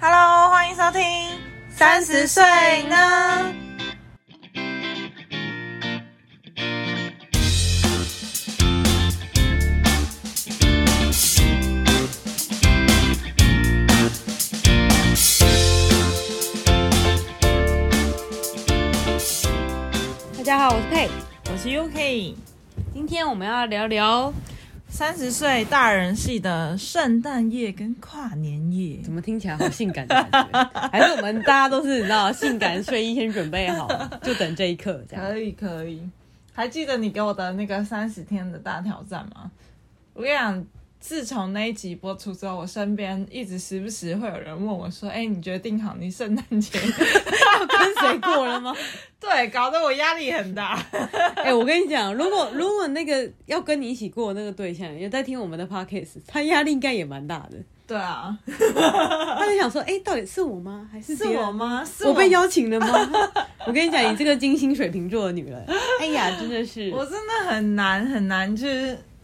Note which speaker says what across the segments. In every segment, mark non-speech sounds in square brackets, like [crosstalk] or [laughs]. Speaker 1: Hello，欢迎收听《三十岁呢》。
Speaker 2: 大家好，我是佩。
Speaker 1: 我是 UK，
Speaker 2: 今天我们要聊聊
Speaker 1: 三十岁大人系的圣诞夜跟跨年夜。
Speaker 2: 怎么听起来好性感的感 [laughs] 觉，还是我们大家都是你知道性感睡衣先准备好，就等这一刻这样。
Speaker 1: 可以可以，还记得你给我的那个三十天的大挑战吗？我跟你讲，自从那一集播出之后，我身边一直时不时会有人问我说：“哎、你决定好你圣诞节 [laughs]
Speaker 2: 跟谁过了 [laughs] 吗？？”
Speaker 1: 对，搞得我压力很大。
Speaker 2: 哎、我跟你讲，如果如果那个要跟你一起过的那个对象也在听我们的 podcast，他压力应该也蛮大的。
Speaker 1: 对啊，
Speaker 2: 他就想说，哎、到底是我吗？还是
Speaker 1: 是
Speaker 2: 别人
Speaker 1: 我？吗？是
Speaker 2: 我被邀请了吗？ [laughs] 我跟你讲，你这个金星水瓶座的女人， [laughs] 哎呀，真的是
Speaker 1: 我真的很难很难去，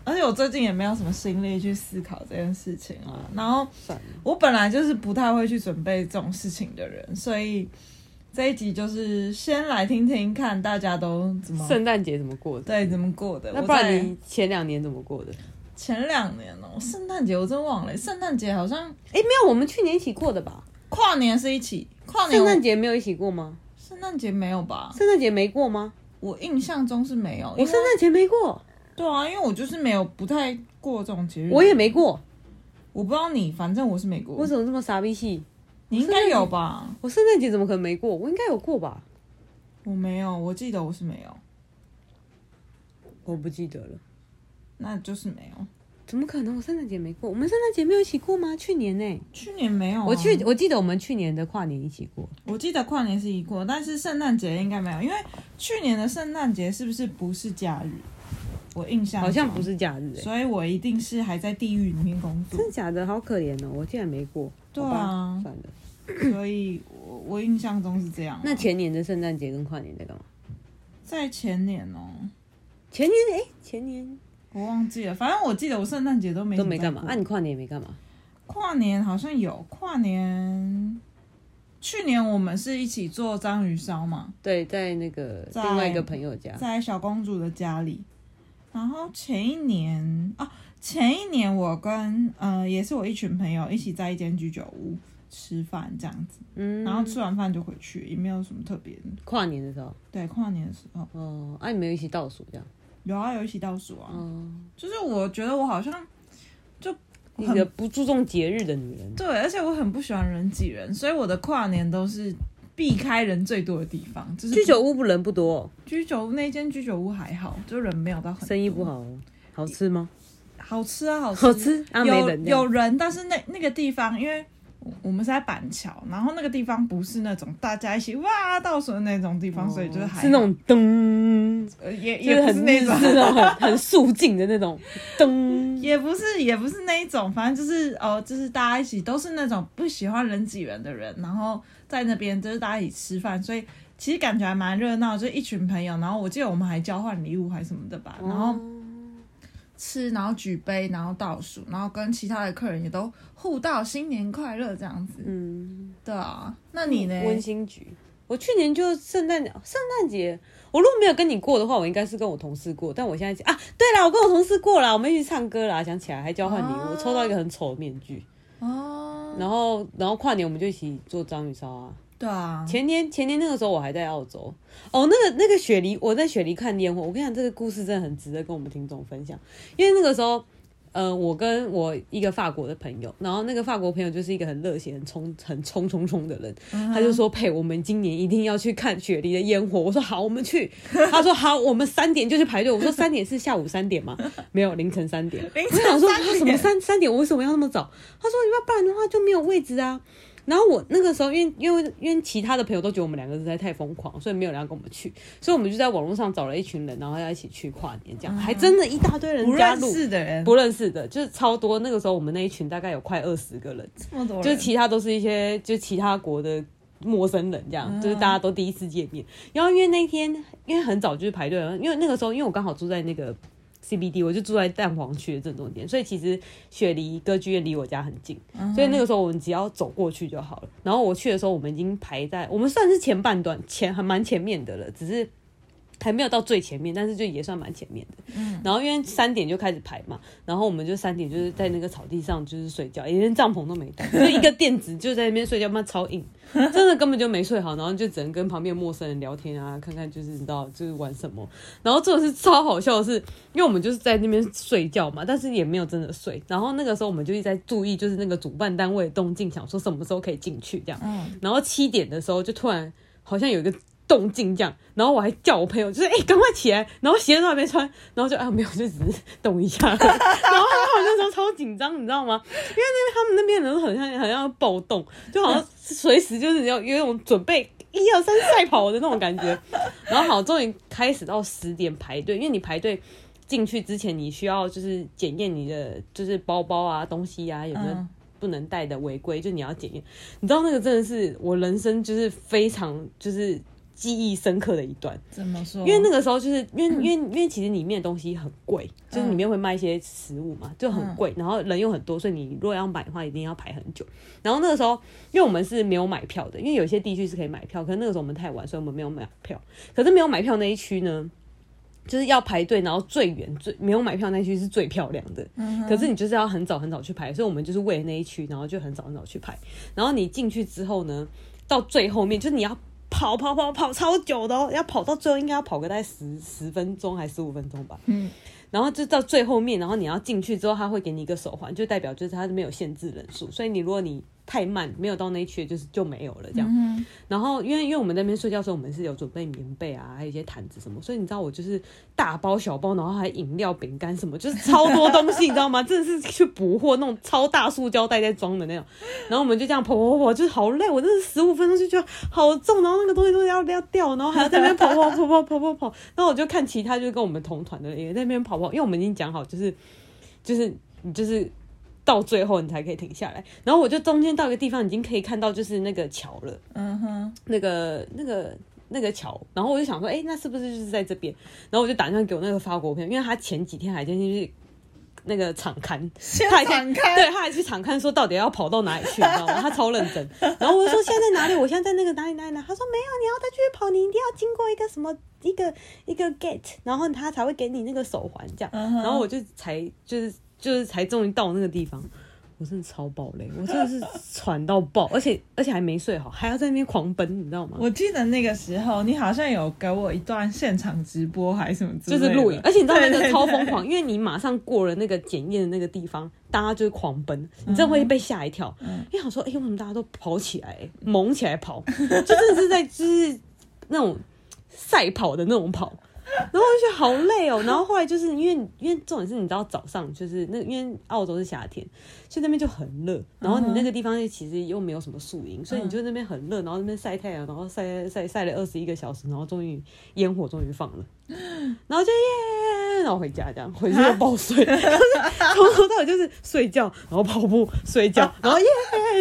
Speaker 1: 而且我最近也没有什么心力去思考这件事情啊。
Speaker 2: 嗯
Speaker 1: 然后
Speaker 2: 算了。
Speaker 1: 我本来就是不太会去准备这种事情的人，所以这一集就是先来听听看大家都怎么
Speaker 2: 圣诞节怎么过的？
Speaker 1: 对怎么过的。
Speaker 2: 那
Speaker 1: 我
Speaker 2: 不然
Speaker 1: 在
Speaker 2: 你前两年怎么过的？
Speaker 1: 前两年哦、圣诞节我真忘了，圣诞节好像
Speaker 2: 哎、没有，我们去年一起过的吧？
Speaker 1: 跨年是一起，跨年
Speaker 2: 圣
Speaker 1: 我
Speaker 2: 诞节没有一起过吗？
Speaker 1: 圣诞节没有吧？
Speaker 2: 圣诞节没过吗？
Speaker 1: 我印象中是没有。
Speaker 2: 我
Speaker 1: 我
Speaker 2: 圣诞节没过，
Speaker 1: 对啊，因为我就是没有不太过这种节日，
Speaker 2: 我也没过，
Speaker 1: 我不知道你，反正我是没过。
Speaker 2: 我怎么这么傻逼气？
Speaker 1: 你应该有吧？
Speaker 2: 我圣诞节怎么可能没过？我应该有过吧？
Speaker 1: 我没有，我记得我是没有，
Speaker 2: 我不记得了，
Speaker 1: 那就是没有。
Speaker 2: 怎么可能？我圣诞节没过，我们圣诞节没有一起过吗？去年呢、
Speaker 1: 去年没有啊、
Speaker 2: 我去，我记得我们去年的跨年一起过，
Speaker 1: 我记得跨年是一过，但是圣诞节应该没有，因为去年的圣诞节是不是不是假日？我印象
Speaker 2: 好像不
Speaker 1: 中，
Speaker 2: 是假日哎、
Speaker 1: 所以我一定是还在地狱里面工作
Speaker 2: 真，的假的？好可怜哦，我竟然没过。
Speaker 1: 对
Speaker 2: 好
Speaker 1: 啊
Speaker 2: 吧算了。
Speaker 1: 所以我我印象中是这样啊、
Speaker 2: 那前年的圣诞节跟跨年在干嘛？
Speaker 1: 在前年哦、
Speaker 2: 前年哎、前年
Speaker 1: 我忘记了，反正我记得我圣诞节都没
Speaker 2: 都没干嘛
Speaker 1: 怎，么
Speaker 2: 啊，
Speaker 1: 在
Speaker 2: 你
Speaker 1: 过
Speaker 2: 跨年也没干嘛，
Speaker 1: 跨年好像有跨年，去年我们是一起做章鱼烧嘛，
Speaker 2: 对，在那个
Speaker 1: 在
Speaker 2: 另外一个朋友家，
Speaker 1: 在小公主的家里。然后前一年啊，前一年我跟呃也是我一群朋友一起在一间居酒屋吃饭这样子，
Speaker 2: 嗯，
Speaker 1: 然后吃完饭就回去，也没有什么特别的。
Speaker 2: 跨年的时候，
Speaker 1: 对，跨年的时候
Speaker 2: 哦，啊，你们有一起倒数这样，
Speaker 1: 有啊，有一起倒数啊，
Speaker 2: 哦，
Speaker 1: 就是我觉得我好像
Speaker 2: 一个不注重节日的女人，
Speaker 1: 对，而且我很不喜欢人挤人，所以我的跨年都是避开人最多的地方，就是
Speaker 2: 居酒屋不人不多，
Speaker 1: 居酒屋那间居酒屋还好，就人没有到很多
Speaker 2: 生意不，好哦，好吃吗？
Speaker 1: 好吃啊，好吃，
Speaker 2: 好吃啊，没
Speaker 1: 有
Speaker 2: 人这样
Speaker 1: 有人，但是那那个地方，因为我我们是在板桥，然后那个地方不是那种大家一起哇倒数的那种地方，所以就是还好
Speaker 2: 哦是那种噔，
Speaker 1: 呃也
Speaker 2: 就
Speaker 1: 也
Speaker 2: 是
Speaker 1: 不是
Speaker 2: 很
Speaker 1: 那
Speaker 2: 日式
Speaker 1: 种，
Speaker 2: 那种很很肃静的那种
Speaker 1: [laughs]
Speaker 2: 噔，
Speaker 1: 也不是也不是那一种，反正就是哦，就是大家一起都是那种不喜欢人挤人的人，然后在那边就是大家一起吃饭，所以其实感觉还蛮热闹，就一群朋友，然后我记得我们还交换礼物还什么的
Speaker 2: 哦
Speaker 1: 吧，然后。吃，然后举杯，然后倒数，然后跟其他的客人也都互道新年快乐这样子。
Speaker 2: 嗯，
Speaker 1: 对啊，那你呢？
Speaker 2: 温馨局。我去年就圣诞圣诞节，我如果没有跟你过的话，我应该是跟我同事过。但我现在啊，对啦，我跟我同事过啦，我们一起唱歌啦，想起来还交换礼物，我抽到一个很丑的面具。
Speaker 1: 哦，
Speaker 2: 然后，然后跨年我们就一起做章鱼烧啊。
Speaker 1: 对啊，
Speaker 2: 前年前年那个时候我还在澳洲，哦，那个那个雪梨，我在雪梨看烟火。我跟你讲，这个故事真的很值得跟我们听众分享，因为那个时候，呃，我跟我一个法国的朋友，然后那个法国朋友就是一个很热血、很冲、很冲冲冲的人，
Speaker 1: 嗯
Speaker 2: 他就说：“佩，我们今年一定要去看雪梨的烟火。”我说：“好，我们去。” [laughs] 他说：“好，我们三点就去排队。”我说：“三点是下午三点吗？ [laughs] 没有，凌晨三点。”
Speaker 1: 凌
Speaker 2: 我
Speaker 1: 晨
Speaker 2: 想说
Speaker 1: 三
Speaker 2: 他什么
Speaker 1: 点，
Speaker 2: 三三点，我为什么要那么早？他说要不然的话就没有位置啊。然后我那个时候，因为因为因为其他的朋友都觉得我们两个实在太疯狂，所以没有人要跟我们去，所以我们就在网络上找了一群人，然后要一起去跨年，这样、还真的一大堆人
Speaker 1: 啊不
Speaker 2: 加
Speaker 1: 认
Speaker 2: 入，
Speaker 1: 识的人，
Speaker 2: 不认识的，就是超多。那个时候我们那一群大概有快二十个人，
Speaker 1: 这么多人，
Speaker 2: 就是其他都是一些就其他国的陌生人这样，
Speaker 1: 嗯
Speaker 2: 就是大家都第一次见面。然后因为那一天因为很早就是排队了，因为那个时候因为我刚好住在那个 CBD，我就住在蛋黄区的正中间，所以其实雪梨歌剧院离我家很近，
Speaker 1: 嗯
Speaker 2: 所以那个时候我们只要走过去就好了。然后我去的时候，我们已经排在我们算是前半段前还蛮前面的了，只是。还没有到最前面，但是就也算蛮前面的。嗯，然后因为三点就开始排嘛，然后我们就三点就是在那个草地上就是睡觉，也连帐篷都没带，就一个垫子就在那边睡觉，妈超硬，真的根本就没睡好，然后就只能跟旁边陌生人聊天啊，看看就是你知道就是玩什么。然后这是超好笑的是，因为我们就是在那边睡觉嘛，但是也没有真的睡。然后那个时候我们就一直在注意就是那个主办单位的动静，想说什么时候可以进去这样。
Speaker 1: 嗯，
Speaker 2: 然后七点的时候就突然好像有一个动静这样，然后我还叫我朋友，就是哎赶、快起来，然后鞋都还没穿，然后就啊没有，就只是动一下，然 [laughs] 后我那时候超紧张，你知道吗？因为那边他们那边人很像很像暴动，就好像随时就是要有一种准备。一二三赛跑的那种感觉，然后好，终于开始到十点排队，因为你排队进去之前，你需要就是检验你的就是包包啊、东西啊有没有
Speaker 1: 嗯
Speaker 2: 不能带的违规，就你要检验。你知道那个真的是我人生就是非常就是记忆深刻的一段，
Speaker 1: 怎么说？
Speaker 2: 因为那个时候就是因为因为因为其实里面的东西很贵，就是里面会卖一些食物嘛，就很贵，然后人又很多，所以你如果要买的话，一定要排很久。然后那个时候，因为我们是没有买票的，因为有些地区是可以买票，可是那个时候我们太晚，所以我们没有买票。可是没有买票那一区呢，就是要排队，然后最远最没有买票那一区是最漂亮的，可是你就是要很早很早去排，所以我们就是为了那一区，然后就很早很早去排。然后你进去之后呢，到最后面就是你要跑跑跑跑超久的哦，要跑到最后应该要跑个大概十十分钟还十五分钟吧。
Speaker 1: 嗯，
Speaker 2: 然后就到最后面，然后你要进去之后，他会给你一个手环，就代表就是他没有限制人数，所以你如果你太慢，没有到那一区，就是就没有了这样。
Speaker 1: 嗯
Speaker 2: 然后因为因为我们那边睡觉的时候，我们是有准备棉被啊，还有一些毯子什么，所以你知道我就是大包小包，然后还饮料、饼干什么，就是超多东西，你知道吗？真的是去补货那种超大塑胶袋在装的那种。然后我们就这样跑跑跑，就是好累，我真的十五分钟就觉得好重，然后那个东西都要要掉，然后还要在那边跑跑跑跑跑跑跑。然后我就看其他就是跟我们同团的人也在那边跑跑，因为我们已经讲好就是就是你就是到最后你才可以停下来。然后我就中间到一个地方已经可以看到就是那个桥了。
Speaker 1: 嗯哼，
Speaker 2: 那个那个那个桥，然后我就想说，哎、那是不是就是在这边？然后我就打电话给我那个法国朋友，因为他前几天还进去那个场刊，
Speaker 1: 先
Speaker 2: 他还
Speaker 1: 展
Speaker 2: 去
Speaker 1: 开，
Speaker 2: 对他还去场刊说到底要跑到哪里去，你知道吗？他超认
Speaker 1: [laughs]
Speaker 2: 真。然后我就说现在在哪里？我现在在那个哪里哪里哪里？他说没有，你要再继续跑，你一定要经过一个什么一个一个 gate，然后他才会给你那个手环这样。
Speaker 1: 嗯哼
Speaker 2: 然后我就才就是就是才终于到那个地方。我真的超爆累，我真的是喘到爆，而且而且还没睡好，还要在那边狂奔，你知道吗？
Speaker 1: 我记得那个时候你好像有给我一段现场直播还是什么之
Speaker 2: 就
Speaker 1: 类的，
Speaker 2: 是录影，而且你知道那
Speaker 1: 对
Speaker 2: 个
Speaker 1: 对
Speaker 2: 超
Speaker 1: 对
Speaker 2: 疯狂，因为你马上过了那个检验的那个地方，大家就是狂奔，你真的会被吓一跳，
Speaker 1: 嗯
Speaker 2: 因为想说，哎、为什么大家都跑起来，猛起来跑，就真的是在就是那种赛跑的那种跑。然后我就觉得好累哦，然后后来就是因为因为重点是你知道早上就是那因为澳洲是夏天，所以那边就很热，然后你那个地方其实又没有什么树
Speaker 1: 嗯
Speaker 2: 荫，所以你就那边很热，然后那边晒太阳，然后晒晒晒了二十一个小时，然后终于烟火终于放了，然后就耶，然后回家这样，回去就爆睡，就是 [laughs] 从头到尾就是睡觉，然后跑步，睡觉，然后耶，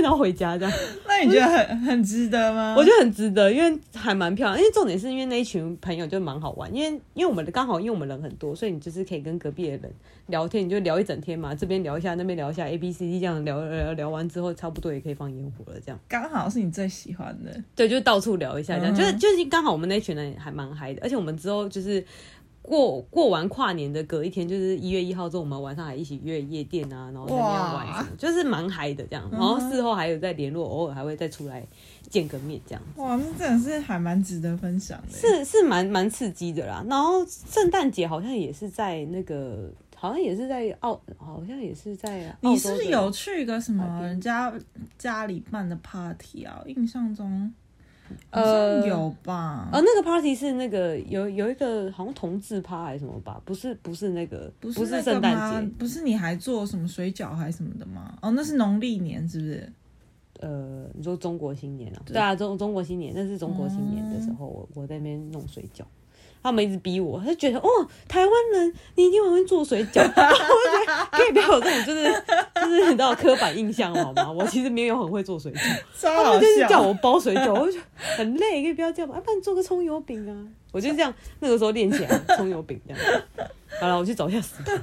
Speaker 2: 然后回家这样，
Speaker 1: 那你觉得很很值得吗？
Speaker 2: 我觉得很值得，因为还蛮漂亮，因为重点是因为那一群朋友就蛮好玩，因为因为我们刚好因为我们人很多，所以你就是可以跟隔壁的人聊天，你就聊一整天嘛，这边聊一下，那边聊一下，A B C D 这样聊聊聊完之后，差不多也可以放烟火了这样。
Speaker 1: 刚好是你最喜欢的，
Speaker 2: 对，就到处聊一下，这样、
Speaker 1: 嗯
Speaker 2: 就是就是刚好我们那群人还蛮嗨的，而且我们之后就是过过完跨年的隔一天，就是一月一号之后，我们晚上还一起约夜店啊，然后在那边玩什么，就是蛮嗨的这样。然后事后还有在联络，偶尔还会再出来见个面这样。
Speaker 1: 哇，那真的是还蛮值得分享的。
Speaker 2: 是哦是蛮蛮刺激的啦。然后圣诞节好像也是在那个，好像也是在澳，好像也是在澳洲的
Speaker 1: 你是不是有去一个什
Speaker 2: 海
Speaker 1: 么
Speaker 2: 边
Speaker 1: 人家家里办的 party 啊？印象中好
Speaker 2: 呃
Speaker 1: 像有吧，
Speaker 2: 呃，那个 party 是那个有有一个好像同志趴还是什么吧，不是不是那个
Speaker 1: 不
Speaker 2: 不
Speaker 1: 是那个
Speaker 2: 圣
Speaker 1: 吗
Speaker 2: 诞节，
Speaker 1: 不是你还做什么水饺还是什么的吗？哦，那是农历年是不是？
Speaker 2: 呃，你说中国新年啊？
Speaker 1: 对
Speaker 2: 对啊，中中国新年，那是中国新年的时候，我我在那边弄水饺。他们一直逼我，他就觉得哦，台湾人你一定很会做水饺，然后我就觉得可以不要有这种就是就是你知道刻板印象好吗？我其实没有很会做水饺，
Speaker 1: 超
Speaker 2: 他
Speaker 1: 好
Speaker 2: 们就是叫
Speaker 1: 笑，
Speaker 2: 我包水饺，我就觉得很累，啊可以不要这样吗？要、不然做个葱油饼啊！我就这样，那个时候练起来葱油饼这样。好了，我去找一下死党。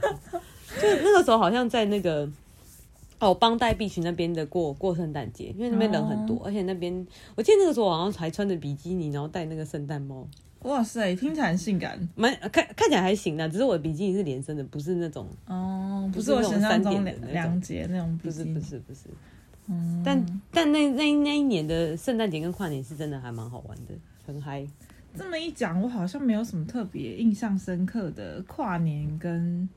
Speaker 2: 就那个时候好像在那个哦邦代碧群那边的过过圣诞节，因为那边人很多，
Speaker 1: 哦
Speaker 2: 而且那边我记得那个时候我好像还穿着比基尼，然后戴那个圣诞帽，
Speaker 1: 哇塞，听起来很性感
Speaker 2: 蛮看看起来还行啦。只是我的比基尼是连身的，不是那种，
Speaker 1: 哦，不
Speaker 2: 不
Speaker 1: 是
Speaker 2: 是
Speaker 1: 我
Speaker 2: 那种
Speaker 1: 想象
Speaker 2: 三点
Speaker 1: 中
Speaker 2: 的
Speaker 1: 两
Speaker 2: 那种
Speaker 1: 两节那种嗯比
Speaker 2: 不
Speaker 1: 基
Speaker 2: 是
Speaker 1: 尼
Speaker 2: 不，是不是。但但那那那一年的圣诞节跟跨年是真的还蛮好玩的，很嗨。
Speaker 1: 这么一讲，我好像没有什么特别印象深刻的跨年跟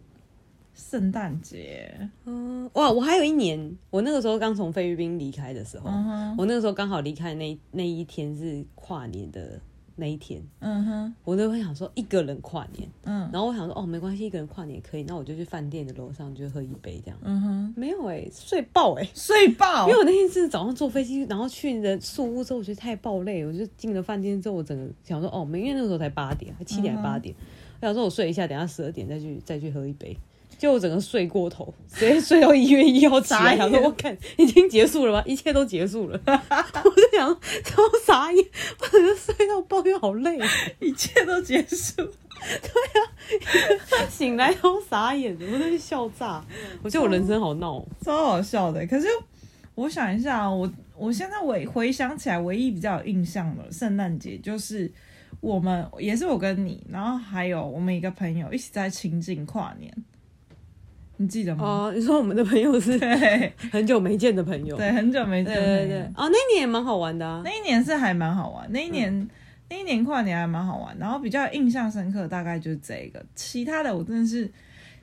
Speaker 1: 圣诞节。
Speaker 2: 嗯，哇，我还有一年，我那个时候刚从菲律宾离开的时候，
Speaker 1: 嗯哼，
Speaker 2: 我那个时候刚好离开那一那一天是跨年的那一天，
Speaker 1: 嗯哼，
Speaker 2: 我就会想说一个人跨年，
Speaker 1: 嗯
Speaker 2: 然后我想说哦没关系，一个人跨年也可以，那我就去饭店的楼上就喝一杯这样。
Speaker 1: 嗯哼，
Speaker 2: 没有哎、睡爆哎、
Speaker 1: 睡爆
Speaker 2: 因为我那天是早上坐飞机，然后去的宿务之后，我觉得太爆累，我就进了饭店之后，我整个想说哦没，因为那个时候才八点，七点
Speaker 1: 嗯哼
Speaker 2: 八点，我想说我睡一下，等一下十二点再去再去喝一杯。结果我整个睡过头，直接睡到一月一号 [laughs] 起
Speaker 1: 傻
Speaker 2: 来，
Speaker 1: 眼
Speaker 2: 啊想说我看已经结束了吧，一切都结束了，我就想说超傻眼，我整个睡到爆又好累，
Speaker 1: 一切都结束。
Speaker 2: [laughs] 醒来都傻眼，我真是笑炸，我觉得我人生好闹哦、
Speaker 1: 超好笑的。欸可是我想一下，啊我我现在回回想起来，唯一比较有印象的圣诞节就是我们也是我跟你，然后还有我们一个朋友一起在清境跨年，你记得吗？
Speaker 2: 哦、你说我们的朋友是
Speaker 1: 对
Speaker 2: 很久没见的朋
Speaker 1: [laughs]
Speaker 2: 友，
Speaker 1: 对，很久没见
Speaker 2: 对
Speaker 1: 面。
Speaker 2: 对对，哦，那一年也蛮好玩的啊。
Speaker 1: 嗯那一年是还蛮好玩，那一年、
Speaker 2: 嗯
Speaker 1: 那一年跨年还蛮好玩，然后比较印象深刻大概就是这个，其他的我真的是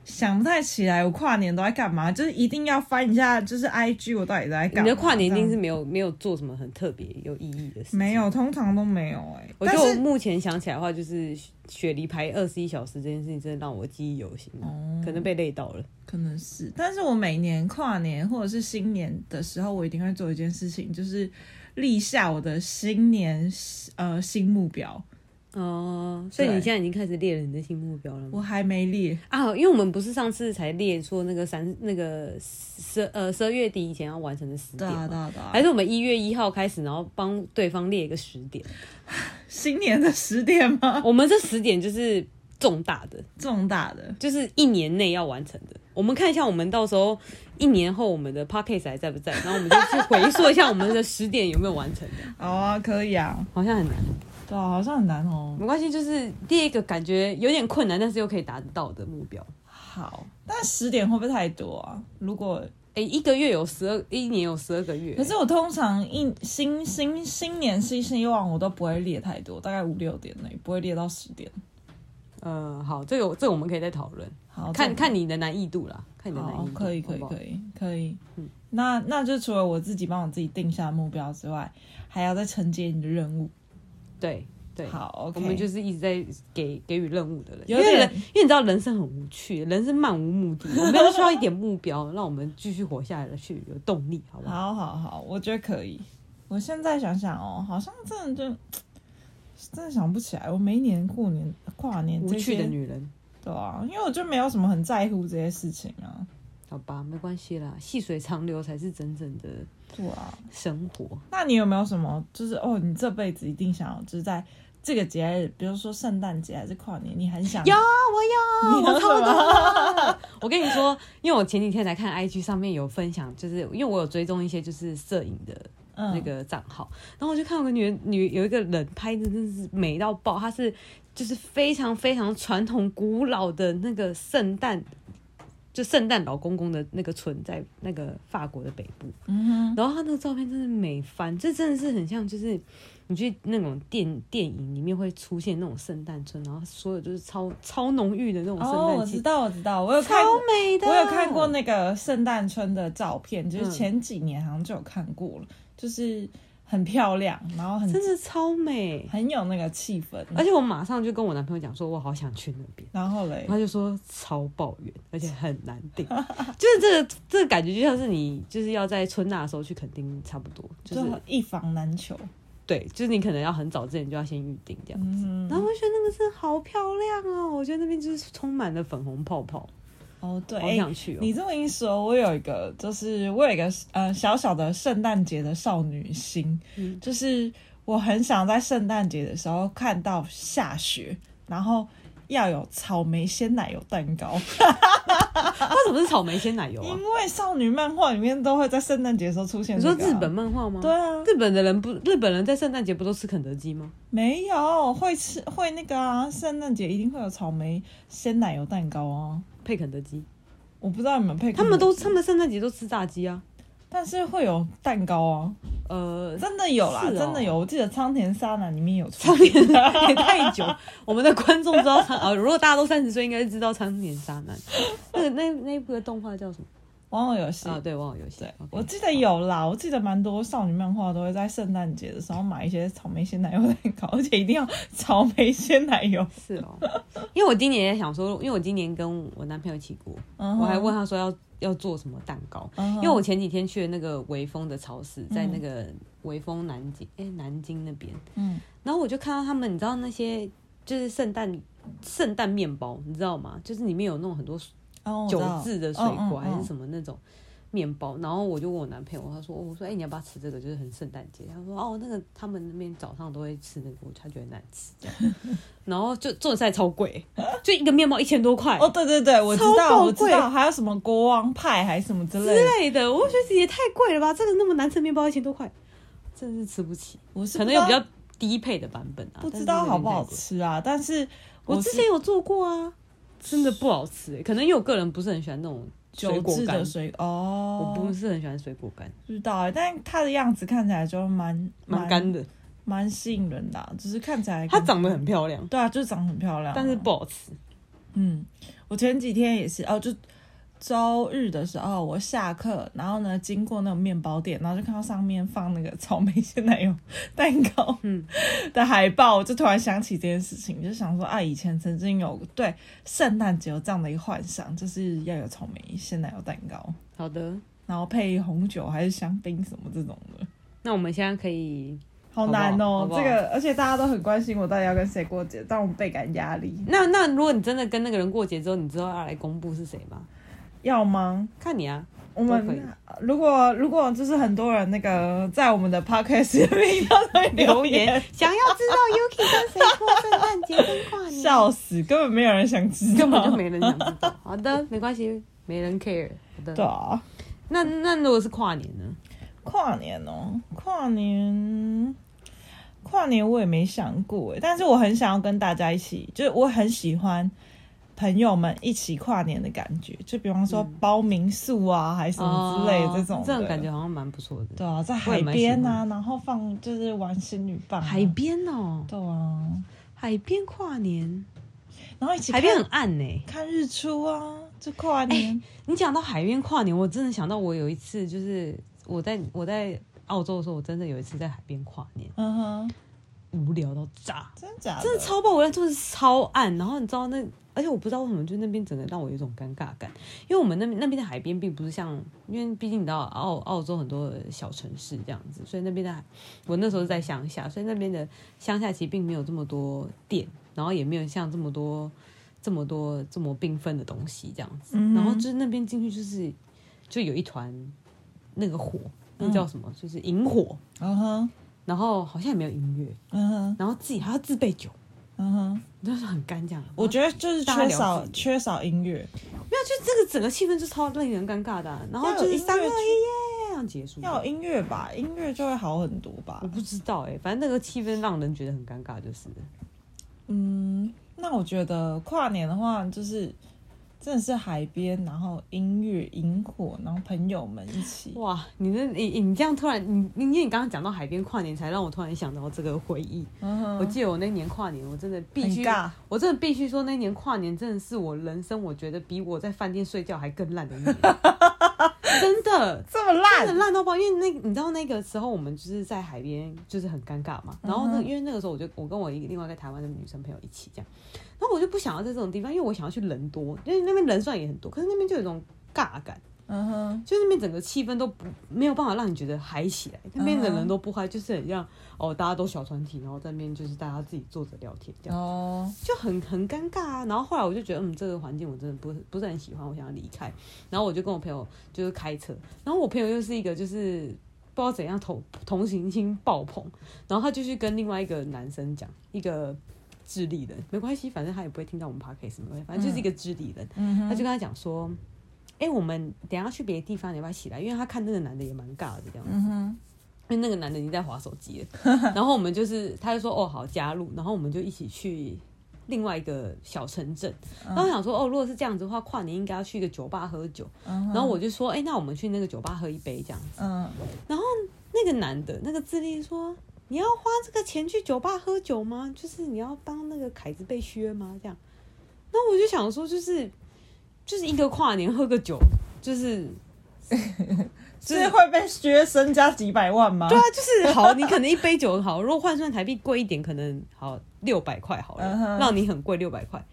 Speaker 1: 想不太起来，我跨年都在干嘛，就是一定要翻一下，就是 I G 我到底在干嘛。
Speaker 2: 你的跨年一定
Speaker 1: 这
Speaker 2: 是
Speaker 1: 样
Speaker 2: 没有没有做什么很特别有意义的事，
Speaker 1: 没。有，通常都没有哎、
Speaker 2: 我
Speaker 1: 但
Speaker 2: 觉得我
Speaker 1: 是
Speaker 2: 目前想起来的话，就是雪雪梨排二十一小时这件事情，真的让我记忆犹新，
Speaker 1: 哦
Speaker 2: 可能被累到了。
Speaker 1: 可能是，但是我每年跨年或者是新年的时候，我一定会做一件事情，就是立下我的新年呃新目标。
Speaker 2: 哦，所以你
Speaker 1: 对
Speaker 2: 现在已经开始列了你的新目标了
Speaker 1: 我
Speaker 2: 吗？
Speaker 1: 还没列，
Speaker 2: 啊，因为我们不是上次才列说那个三那个十呃十二月底以前要完成的十
Speaker 1: 对
Speaker 2: 点
Speaker 1: 啊
Speaker 2: 吗
Speaker 1: 对啊对啊，
Speaker 2: 还是我们一月一号开始，然后帮对方列一个十点。
Speaker 1: 新年的十点吗？
Speaker 2: 我们这十点就是重大的，
Speaker 1: 重大的，
Speaker 2: 就是一年内要完成的。我们看一下，我们到时候一年后我们的 p o c k e t 还在不在？然后我们就去回溯一下我们的十点有没有完成的，
Speaker 1: 好啊，可以啊，
Speaker 2: 好像很难，
Speaker 1: 对啊，好像很难哦。
Speaker 2: 没关系，就是第一个感觉有点困难，但是又可以达得到的目标。
Speaker 1: 好，但十点会不会太多啊？如果
Speaker 2: 哎、一个月有十二，一年有十二个月，
Speaker 1: 可是我通常一新新新年新希望我都不会列太多，大概五六点内，不会列到十点。
Speaker 2: 呃，好，这个我这个我们可以再讨论，
Speaker 1: 好，
Speaker 2: 看
Speaker 1: 这
Speaker 2: 看你的难易度啦，看你的难易
Speaker 1: 好
Speaker 2: 度，，
Speaker 1: 哦可以可以
Speaker 2: 好不好嗯
Speaker 1: 可以可以。那那就除了我自己帮我自己定下目标之外，还要再承接你的任务。
Speaker 2: 对对，
Speaker 1: 好，OK，
Speaker 2: 我们就是一直在给给予任务的人，
Speaker 1: 有
Speaker 2: 因为
Speaker 1: 点
Speaker 2: 人，因为你知道人生很无趣，人生漫无目的，我们要需要一点目标，让我们继续活下来去有动力，好不
Speaker 1: 好
Speaker 2: 好？
Speaker 1: 好好，我觉得可以。我现在想想哦，好像真的就真的想不起来，我每一年过年跨年
Speaker 2: 无
Speaker 1: 这
Speaker 2: 趣
Speaker 1: 些
Speaker 2: 的女人，
Speaker 1: 对啊，因为我就没有什么很在乎这些事情啊。
Speaker 2: 好吧，没关系啦，细水长流才是真正的
Speaker 1: 对啊，
Speaker 2: 生活。
Speaker 1: 那你有没有什么就是哦，你这辈子一定想要就是在这个节日，比如说圣诞节还是跨年，你很想
Speaker 2: 有，我有，
Speaker 1: 你有
Speaker 2: 我
Speaker 1: 什
Speaker 2: 超多
Speaker 1: 么
Speaker 2: 的。我跟你说，因为我前几天才看 IG 上面有分享，就是因为我有追踪一些就是摄影的
Speaker 1: 嗯
Speaker 2: 那个账号，然后我就看到有个女女有一个人拍的真是美到爆，她是就是非常非常传统古老的那个圣诞，就圣诞老公公的那个村在那个法国的北部，
Speaker 1: 嗯哼
Speaker 2: 然后她那个照片真是美翻，这真的是很像就是你去那种电电影里面会出现那种圣诞村，然后所有就是超超浓郁的那种
Speaker 1: 哦，
Speaker 2: 圣
Speaker 1: 我
Speaker 2: 诞气
Speaker 1: 知
Speaker 2: 氛。
Speaker 1: 道我知道，我有
Speaker 2: 哦超
Speaker 1: 看。
Speaker 2: 美的，
Speaker 1: 我有看过那个圣诞村的照片，就是
Speaker 2: 嗯
Speaker 1: 前几年好像就有看过了，就是很漂亮，然后很
Speaker 2: 真的超美，
Speaker 1: 很有那个气氛。
Speaker 2: 而且我马上就跟我男朋友讲说，我好想去那边。
Speaker 1: 然后嘞，
Speaker 2: 他就说超抱怨，而且很难定， [laughs] 就是这个这个感觉就像是你就是要在春娜的时候去垦丁差不多，就
Speaker 1: 就是一房难求。
Speaker 2: 对，就是你可能要很早之前就要先预定这样。
Speaker 1: 嗯
Speaker 2: 然后我就觉得那个真的好漂亮哦，我觉得那边就是充满了粉红泡泡，
Speaker 1: 哦，对，
Speaker 2: 好
Speaker 1: 哎
Speaker 2: 想去哦。
Speaker 1: 你这么一说，我有一个，就是我有一个呃小小的圣诞节的少女心，
Speaker 2: 嗯
Speaker 1: 就是我很想在圣诞节的时候看到下雪，然后要有草莓鲜奶油蛋糕，
Speaker 2: 为什么是草莓鲜奶油
Speaker 1: 因
Speaker 2: 啊？
Speaker 1: 为少女漫画里面都会在圣诞节的时候出现、啊
Speaker 2: 你说日本？漫画吗？
Speaker 1: 对啊，
Speaker 2: 日本的人不，日本人在圣诞节不都吃肯德基吗？
Speaker 1: 没有会吃会那个啊，圣诞节一定会有草莓鲜奶油蛋糕啊。
Speaker 2: 配肯德基，
Speaker 1: 我不知道你们配，
Speaker 2: 他们都，他们圣诞节都吃炸鸡啊。
Speaker 1: 但是会有蛋糕啊，
Speaker 2: 呃，
Speaker 1: 真的有啦，
Speaker 2: 是哦
Speaker 1: 真的有。我记得苍田沙男里面有出
Speaker 2: 苍
Speaker 1: 现
Speaker 2: 年 [laughs] 也太久，我们的观众知道苍呃，如果大家都三十岁，应该知道苍年渣男。那个那那一部的动画叫什么
Speaker 1: 玩偶游戏
Speaker 2: 啊？对，忘了游戏。
Speaker 1: 对
Speaker 2: OK，
Speaker 1: 我记得有啦，我记得蛮多少女漫画都会在圣诞节的时候买一些草莓鲜奶油蛋糕， [laughs] 而且一定要草莓鲜奶油。
Speaker 2: 是哦，因为我今年也想说，因为我今年跟我男朋友一起过，
Speaker 1: 嗯哼
Speaker 2: 我还问他说要要做什么蛋糕，
Speaker 1: 嗯哼
Speaker 2: 因为我前几天去了那个微风的超市，在那个微风南京，哎、南京那边，
Speaker 1: 嗯，
Speaker 2: 然后我就看到他们，你知道那些就是圣诞圣诞面包，你知道吗？就是里面有那种很多
Speaker 1: 哦，我知
Speaker 2: 酒
Speaker 1: 道
Speaker 2: 制的水果
Speaker 1: 嗯嗯嗯
Speaker 2: 还是什么那种面包，然后我就问我男朋友，他说，哦我说，哎、你要不要吃这个？就是很圣诞节。他说，哦，那个他们那边早上都会吃那个，他觉得难吃这样。 [laughs] 然后就做菜超贵，就一个面包一千多块
Speaker 1: 哦，对对对，我知
Speaker 2: 超
Speaker 1: 道，
Speaker 2: 爆
Speaker 1: 我知
Speaker 2: 贵
Speaker 1: 道，还有什么国王派还是什么之
Speaker 2: 之
Speaker 1: 类的，
Speaker 2: 类的，我就觉得也太贵了吧？这个那么难吃的面包一千多块，真是吃不起。
Speaker 1: 我是
Speaker 2: 可
Speaker 1: 不知
Speaker 2: 能有
Speaker 1: 道
Speaker 2: 比较低配的版本啊，
Speaker 1: 不知
Speaker 2: 但
Speaker 1: 道
Speaker 2: 是有点
Speaker 1: 好不好
Speaker 2: 太贵。
Speaker 1: 吃啊，但是
Speaker 2: 我
Speaker 1: 是
Speaker 2: 之前有做过啊，真的不好吃、欸，可能因为我个人不是很喜欢那种水
Speaker 1: 酒
Speaker 2: 果
Speaker 1: 制
Speaker 2: 干
Speaker 1: 的，水
Speaker 2: 我
Speaker 1: 哦，
Speaker 2: 不是很喜欢水果干，
Speaker 1: 不知道欸，但它的样子看起来就蛮
Speaker 2: 蛮干的。
Speaker 1: 蛮吸引人的啊、只是看起来
Speaker 2: 它长得很漂亮，
Speaker 1: 对啊，就是长得很漂亮啊，
Speaker 2: 但是不好吃。
Speaker 1: 嗯，我前几天也是哦，就周日的时候，我下课，然后呢，经过那种面包店，然后就看到上面放那个草莓鲜奶油蛋糕
Speaker 2: 嗯
Speaker 1: 的海报，我就突然想起这件事情，就想说啊，以前曾经有对圣诞节有这样的一个幻想，就是要有草莓鲜奶油蛋糕，
Speaker 2: 好的，
Speaker 1: 然后配红酒还是香槟什么这种的。
Speaker 2: 那我们现在可以，
Speaker 1: 好难
Speaker 2: 好
Speaker 1: 哦，
Speaker 2: 不好
Speaker 1: 这个，而且大家都很关心我到底要跟谁过节，但我倍感压力，
Speaker 2: 那那如果你真的跟那个人过节之后，你知道要来公布是谁吗？
Speaker 1: 要吗？
Speaker 2: 看你啊，
Speaker 1: 我
Speaker 2: 都可以
Speaker 1: 们如果如果就是很多人那个在我们的 podcast 频道上面
Speaker 2: 留
Speaker 1: 留
Speaker 2: 言
Speaker 1: 言，
Speaker 2: 想要知道 Yuki 跟谁过圣诞节跟跨年，
Speaker 1: [laughs] 笑死，根本没有人想知道，
Speaker 2: 根本就没人想知道。好的，没关系，没人 care。好
Speaker 1: 对
Speaker 2: 的，
Speaker 1: 啊，
Speaker 2: 那那如果是跨年呢？
Speaker 1: 跨年哦，跨年，跨年我也没想过哎，但是我很想要跟大家一起，就是我很喜欢。朋友们一起跨年的感觉，就比方说包民宿啊，还是什么之类的
Speaker 2: 嗯哦
Speaker 1: 这种的
Speaker 2: 这种感觉好像蛮不错的。
Speaker 1: 对啊，在
Speaker 2: 我
Speaker 1: 海
Speaker 2: 也蛮喜
Speaker 1: 边啊，
Speaker 2: 欢
Speaker 1: 然后放就是玩仙女棒啊、
Speaker 2: 海边哦，
Speaker 1: 对啊，
Speaker 2: 海边跨年，
Speaker 1: 然后一起
Speaker 2: 海
Speaker 1: 看
Speaker 2: 边很暗呢、
Speaker 1: 看日出啊，就跨年。
Speaker 2: 你讲到海边跨年，我真的想到我有一次，就是我在我在澳洲的时候，我真的有一次在海边跨年，
Speaker 1: 嗯哼，
Speaker 2: 无聊到炸，
Speaker 1: 真假的？
Speaker 2: 真的哎超爆！我在就是超暗，然后你知道那，而且我不知道为什么，就那边整个让我有一种尴尬感，因为我们那边那边的海边并不是像，因为毕竟你知道澳澳洲很多小城市这样子，所以那边的海我那时候是在乡下，所以那边的乡下其实并没有这么多店，然后也没有像这么多这么多这么缤纷的东西这样子。
Speaker 1: 嗯哼
Speaker 2: 然后就是那边进去就是就有一团那个火，那叫什么？就是萤火。
Speaker 1: 嗯哼，
Speaker 2: 然后好像也没有音乐，
Speaker 1: 嗯哼，
Speaker 2: 然后自己还要自备酒，
Speaker 1: 嗯哼。
Speaker 2: 就是很干这样。
Speaker 1: 我觉得就是
Speaker 2: 大家
Speaker 1: 缺
Speaker 2: 聊
Speaker 1: 少
Speaker 2: 自己
Speaker 1: 缺少音乐，
Speaker 2: 没有，就这个整个气氛就超令人尴尬的啊、然后
Speaker 1: 要有
Speaker 2: 就是
Speaker 1: 音乐
Speaker 2: 三二一
Speaker 1: 去
Speaker 2: 耶，这样结束。
Speaker 1: 要有音乐吧，音乐就会好很多吧
Speaker 2: 我。不知道哎、反正那个气氛让人觉得很尴尬，就是了
Speaker 1: 嗯，那我觉得跨年的话，就是真的是海边，然后音乐、萤火，然后朋友们一起。
Speaker 2: 哇，你那你你这样突然，你你你刚刚讲到海边跨年，才让我突然想到这个回忆。
Speaker 1: 嗯
Speaker 2: 我
Speaker 1: 哼，
Speaker 2: 记得我那年跨年，我真的必须
Speaker 1: 很尬，
Speaker 2: 我真的必须说，那年跨年真的是我人生我觉得比我在饭店睡觉还更烂的
Speaker 1: [laughs]
Speaker 2: 一年，真的。
Speaker 1: 这么
Speaker 2: 真的
Speaker 1: 烂，
Speaker 2: 烂到爆，因为那你知道那个时候我们就是在海边，就是很尴尬嘛。然后
Speaker 1: 嗯
Speaker 2: 那、
Speaker 1: 哼
Speaker 2: 因为那个时候我就我跟我一个另外一个台湾的女生朋友一起这样，然后我就不想要在这种地方，因为我想要去人多，因为那边人算也很多，可是那边就有一种尬感，
Speaker 1: 嗯哼，
Speaker 2: 就是那边整个气氛都不没有办法让你觉得嗨起来，那边的
Speaker 1: 嗯
Speaker 2: 人都不嗨，就是很像哦大家都小团体，然后在那边就是大家自己坐着聊天这样，
Speaker 1: 哦，
Speaker 2: 就很很尴尬啊。然后后来我就觉得，嗯，这个环境我真的不是不是很喜欢，我想要离开。然后我就跟我朋友就是开车，然后我朋友又是一个就是不知道怎样同同情心爆棚，然后他就去跟另外一个男生讲一个。智利人，没关系，反正他也不会听到我们 podcast，没关系，反正就是一个智利人，
Speaker 1: 嗯
Speaker 2: 他
Speaker 1: 哼，
Speaker 2: 就跟他讲说，哎、我们等一下去别的地方，你要不要一起来？因为他看那个男的也蛮尬的这样子。
Speaker 1: 嗯哼，
Speaker 2: 因为那个男的已经在划手机了， [laughs] 然后我们就是，他就说哦好加入，然后我们就一起去另外一个小城镇，然后我想说哦如果是这样子的话，跨年应该要去一个酒吧喝酒，
Speaker 1: 嗯哼
Speaker 2: 然后我就说哎、那我们去那个酒吧喝一杯这样，
Speaker 1: 嗯，
Speaker 2: 那个男的那个智利说你要花这个钱去酒吧喝酒吗？就是你要当那个凯子被削吗？这样，那我就想说就是就是一个跨年喝个酒，就是
Speaker 1: 是会被削身家几百万吗？
Speaker 2: 对啊，就是好，你可能一杯酒很好，如果换算台币贵一点，可能好六百块好
Speaker 1: 嗯
Speaker 2: 了
Speaker 1: 哼，
Speaker 2: 让你很贵六百块，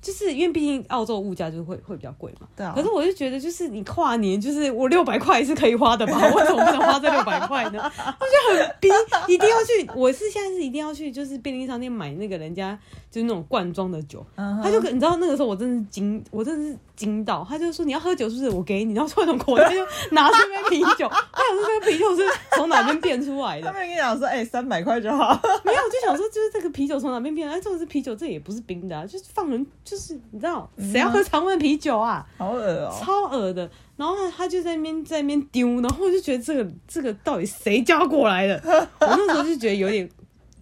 Speaker 2: 就是因为毕竟澳洲物价就会会比较贵嘛。
Speaker 1: 对啊
Speaker 2: 可是我就觉得，就是你跨年，就是我六百块是可以花的
Speaker 1: [laughs]
Speaker 2: 吧？为什么不能花这六百块呢？我就很逼，一定要去。我是现在是一定要去，就是便利商店买那个人家就是那种罐装的酒。
Speaker 1: 嗯哼，
Speaker 2: 他就跟你知道那个时候我真的是惊，我真的是惊到，他就说你要喝酒是不是？我给你，然后突然从口袋就拿出一杯啤酒，他想说这杯啤酒是从哪边变出来的
Speaker 1: 他？们跟你讲说，哎、三百块就好， [laughs]
Speaker 2: 没有，我就想说就是这个啤酒从哪边变来？哎，这种是啤酒，这也不是冰的、啊，就是放人，就是你知道谁要喝常温啤酒啊？
Speaker 1: 好恶嗯哦、
Speaker 2: 超恶的。然后他他就在那边在那边丢，然后我就觉得这个这个到底谁教过来的？我那时候就觉得有点，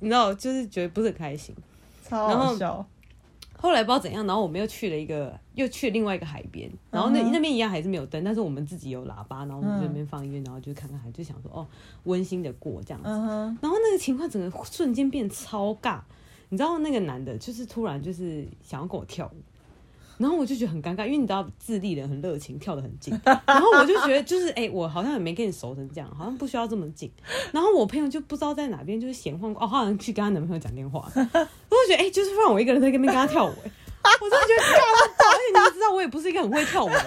Speaker 2: 你知道，就是觉得不是很开心。
Speaker 1: 超
Speaker 2: 然
Speaker 1: 好
Speaker 2: 后
Speaker 1: 笑。
Speaker 2: 后来不知道怎样，然后我们又去了一个，又去了另外一个海边，然后那、那边一样还是没有灯，但是我们自己有喇叭，然后我们就在那边放音乐，然后就看看海，就想说哦，温馨的过这样子。
Speaker 1: 嗯哼，
Speaker 2: 然后那个情况整个瞬间变超尬，你知道那个男的，就是突然就是想要跟我跳舞，然后我就觉得很尴尬，因为你知道智利人很热情，跳得很近，然后我就觉得就是哎、我好像也没跟你熟成这样，好像不需要这么近。然后我朋友就不知道在哪边就是闲晃，哦，她好像去跟她男朋友讲电话，我就觉得哎、就是让我一个人在那边跟她跳舞、哎我真的觉得 [laughs] 尬到爆，因为你们知道我也不是一个很会跳舞的人。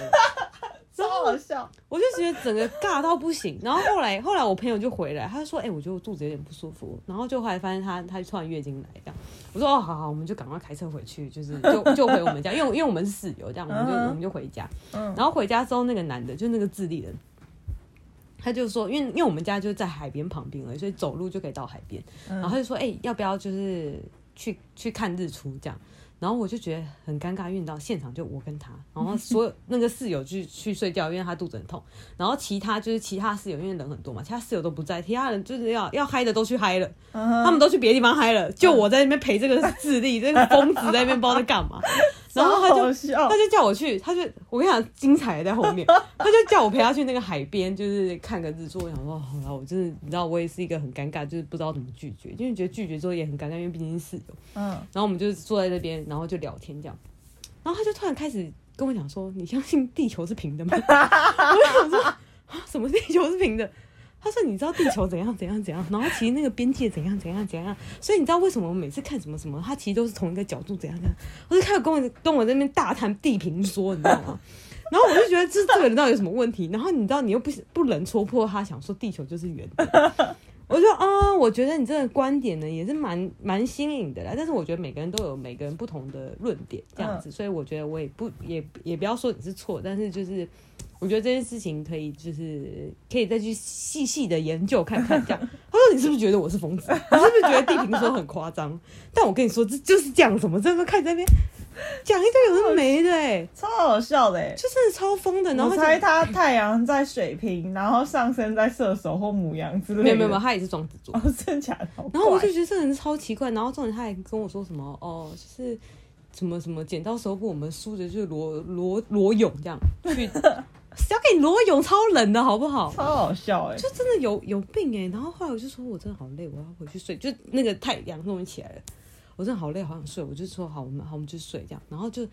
Speaker 1: 超好笑。
Speaker 2: 我就觉得整个尬到不行。然后后来后来我朋友就回来，他就说：“哎、我觉得我肚子有点不舒服。”然后就后来发现他他突然月经来这样，我说：“哦，好好，我们就赶快开车回去，就是就就回我们家，因为因为我们是室友，这样我们就
Speaker 1: 嗯哼
Speaker 2: 我们就回家。
Speaker 1: 嗯
Speaker 2: 然后回家之后，那个男的就那个智利人。”他就说，因为因为我们家就在海边旁边而已，所以走路就可以到海边。
Speaker 1: 嗯
Speaker 2: 然后他就说，哎、要不要就是去去看日出这样？然后我就觉得很尴尬，因为你知道现场就我跟他，然后所有那个室友去去睡觉，因为他肚子很痛。然后其他就是其他室友，因为人很多嘛，其他室友都不在，其他人就是要要嗨的都去嗨了，
Speaker 1: 嗯哼，
Speaker 2: 他们都去别的地方嗨了，就我在那边陪这个
Speaker 1: [laughs]
Speaker 2: 智力这个疯子在那边不知道在干嘛。然后他
Speaker 1: 超好
Speaker 2: 就
Speaker 1: 笑
Speaker 2: 他。就叫我去，他就我跟你讲，精彩在后面，他就叫我陪他去那个海边，就是看个日出。我想说，好啦，我真的你知道，我也是一个很尴尬，就是不知道怎么拒绝，因为觉得拒绝之后也很尴尬，因为毕竟是室友。
Speaker 1: 嗯，
Speaker 2: 然后我们就是坐在那边，然后就聊天这样。然后他就突然开始跟我讲说：“你相信地球是平的吗？” [laughs] 我就想说：“啊，什么地球是平的？”他说：“你知道地球怎样怎样怎样，然后其实那个边界怎样怎样怎样，所以你知道为什么我每次看什么什么，他其实都是从一个角度怎样怎样。”我就开始跟我跟我在那边大谈地平说，你知道吗？ [laughs] 然后我就觉得这这个人到底有什么问题？然后你知道你又不不能戳破他，想说地球就是圆的， [laughs] 我就啊、我觉得你这个观点呢也是蛮蛮新颖的啦，但是我觉得每个人都有每个人不同的论点这样子，所以我觉得我也不也也不要说你是错，但是就是我觉得这件事情可以就是可以再去细细的研究看看这样。 [laughs] 他说你是不是觉得我是疯子？你是不是觉得地平说很夸张？但我跟你说这就是讲什么，这个看你在那边讲一堆有的没的哎、
Speaker 1: 超好笑的哎。
Speaker 2: 就是超疯的，然后
Speaker 1: 我
Speaker 2: 他
Speaker 1: 猜
Speaker 2: 就
Speaker 1: 他太阳在水瓶，然后上升在射手或母羊之类的。
Speaker 2: 没有没有没有，他也是双子座
Speaker 1: 哦。，真假的。好
Speaker 2: 然后我
Speaker 1: 怪
Speaker 2: 就觉得这人超奇怪，然后重点他还跟我说什么哦，就是什么什么剪刀石头布，我们输的就是裸裸裸泳这样去，谁要给你裸泳超冷的好不好？
Speaker 1: 超好笑哎。
Speaker 2: 就真的有有病哎、然后后来我就说我真的好累，我要回去睡，就那个太阳弄起来了，我真的好累，好想睡，我就说好，我们好我们去睡这样，然后就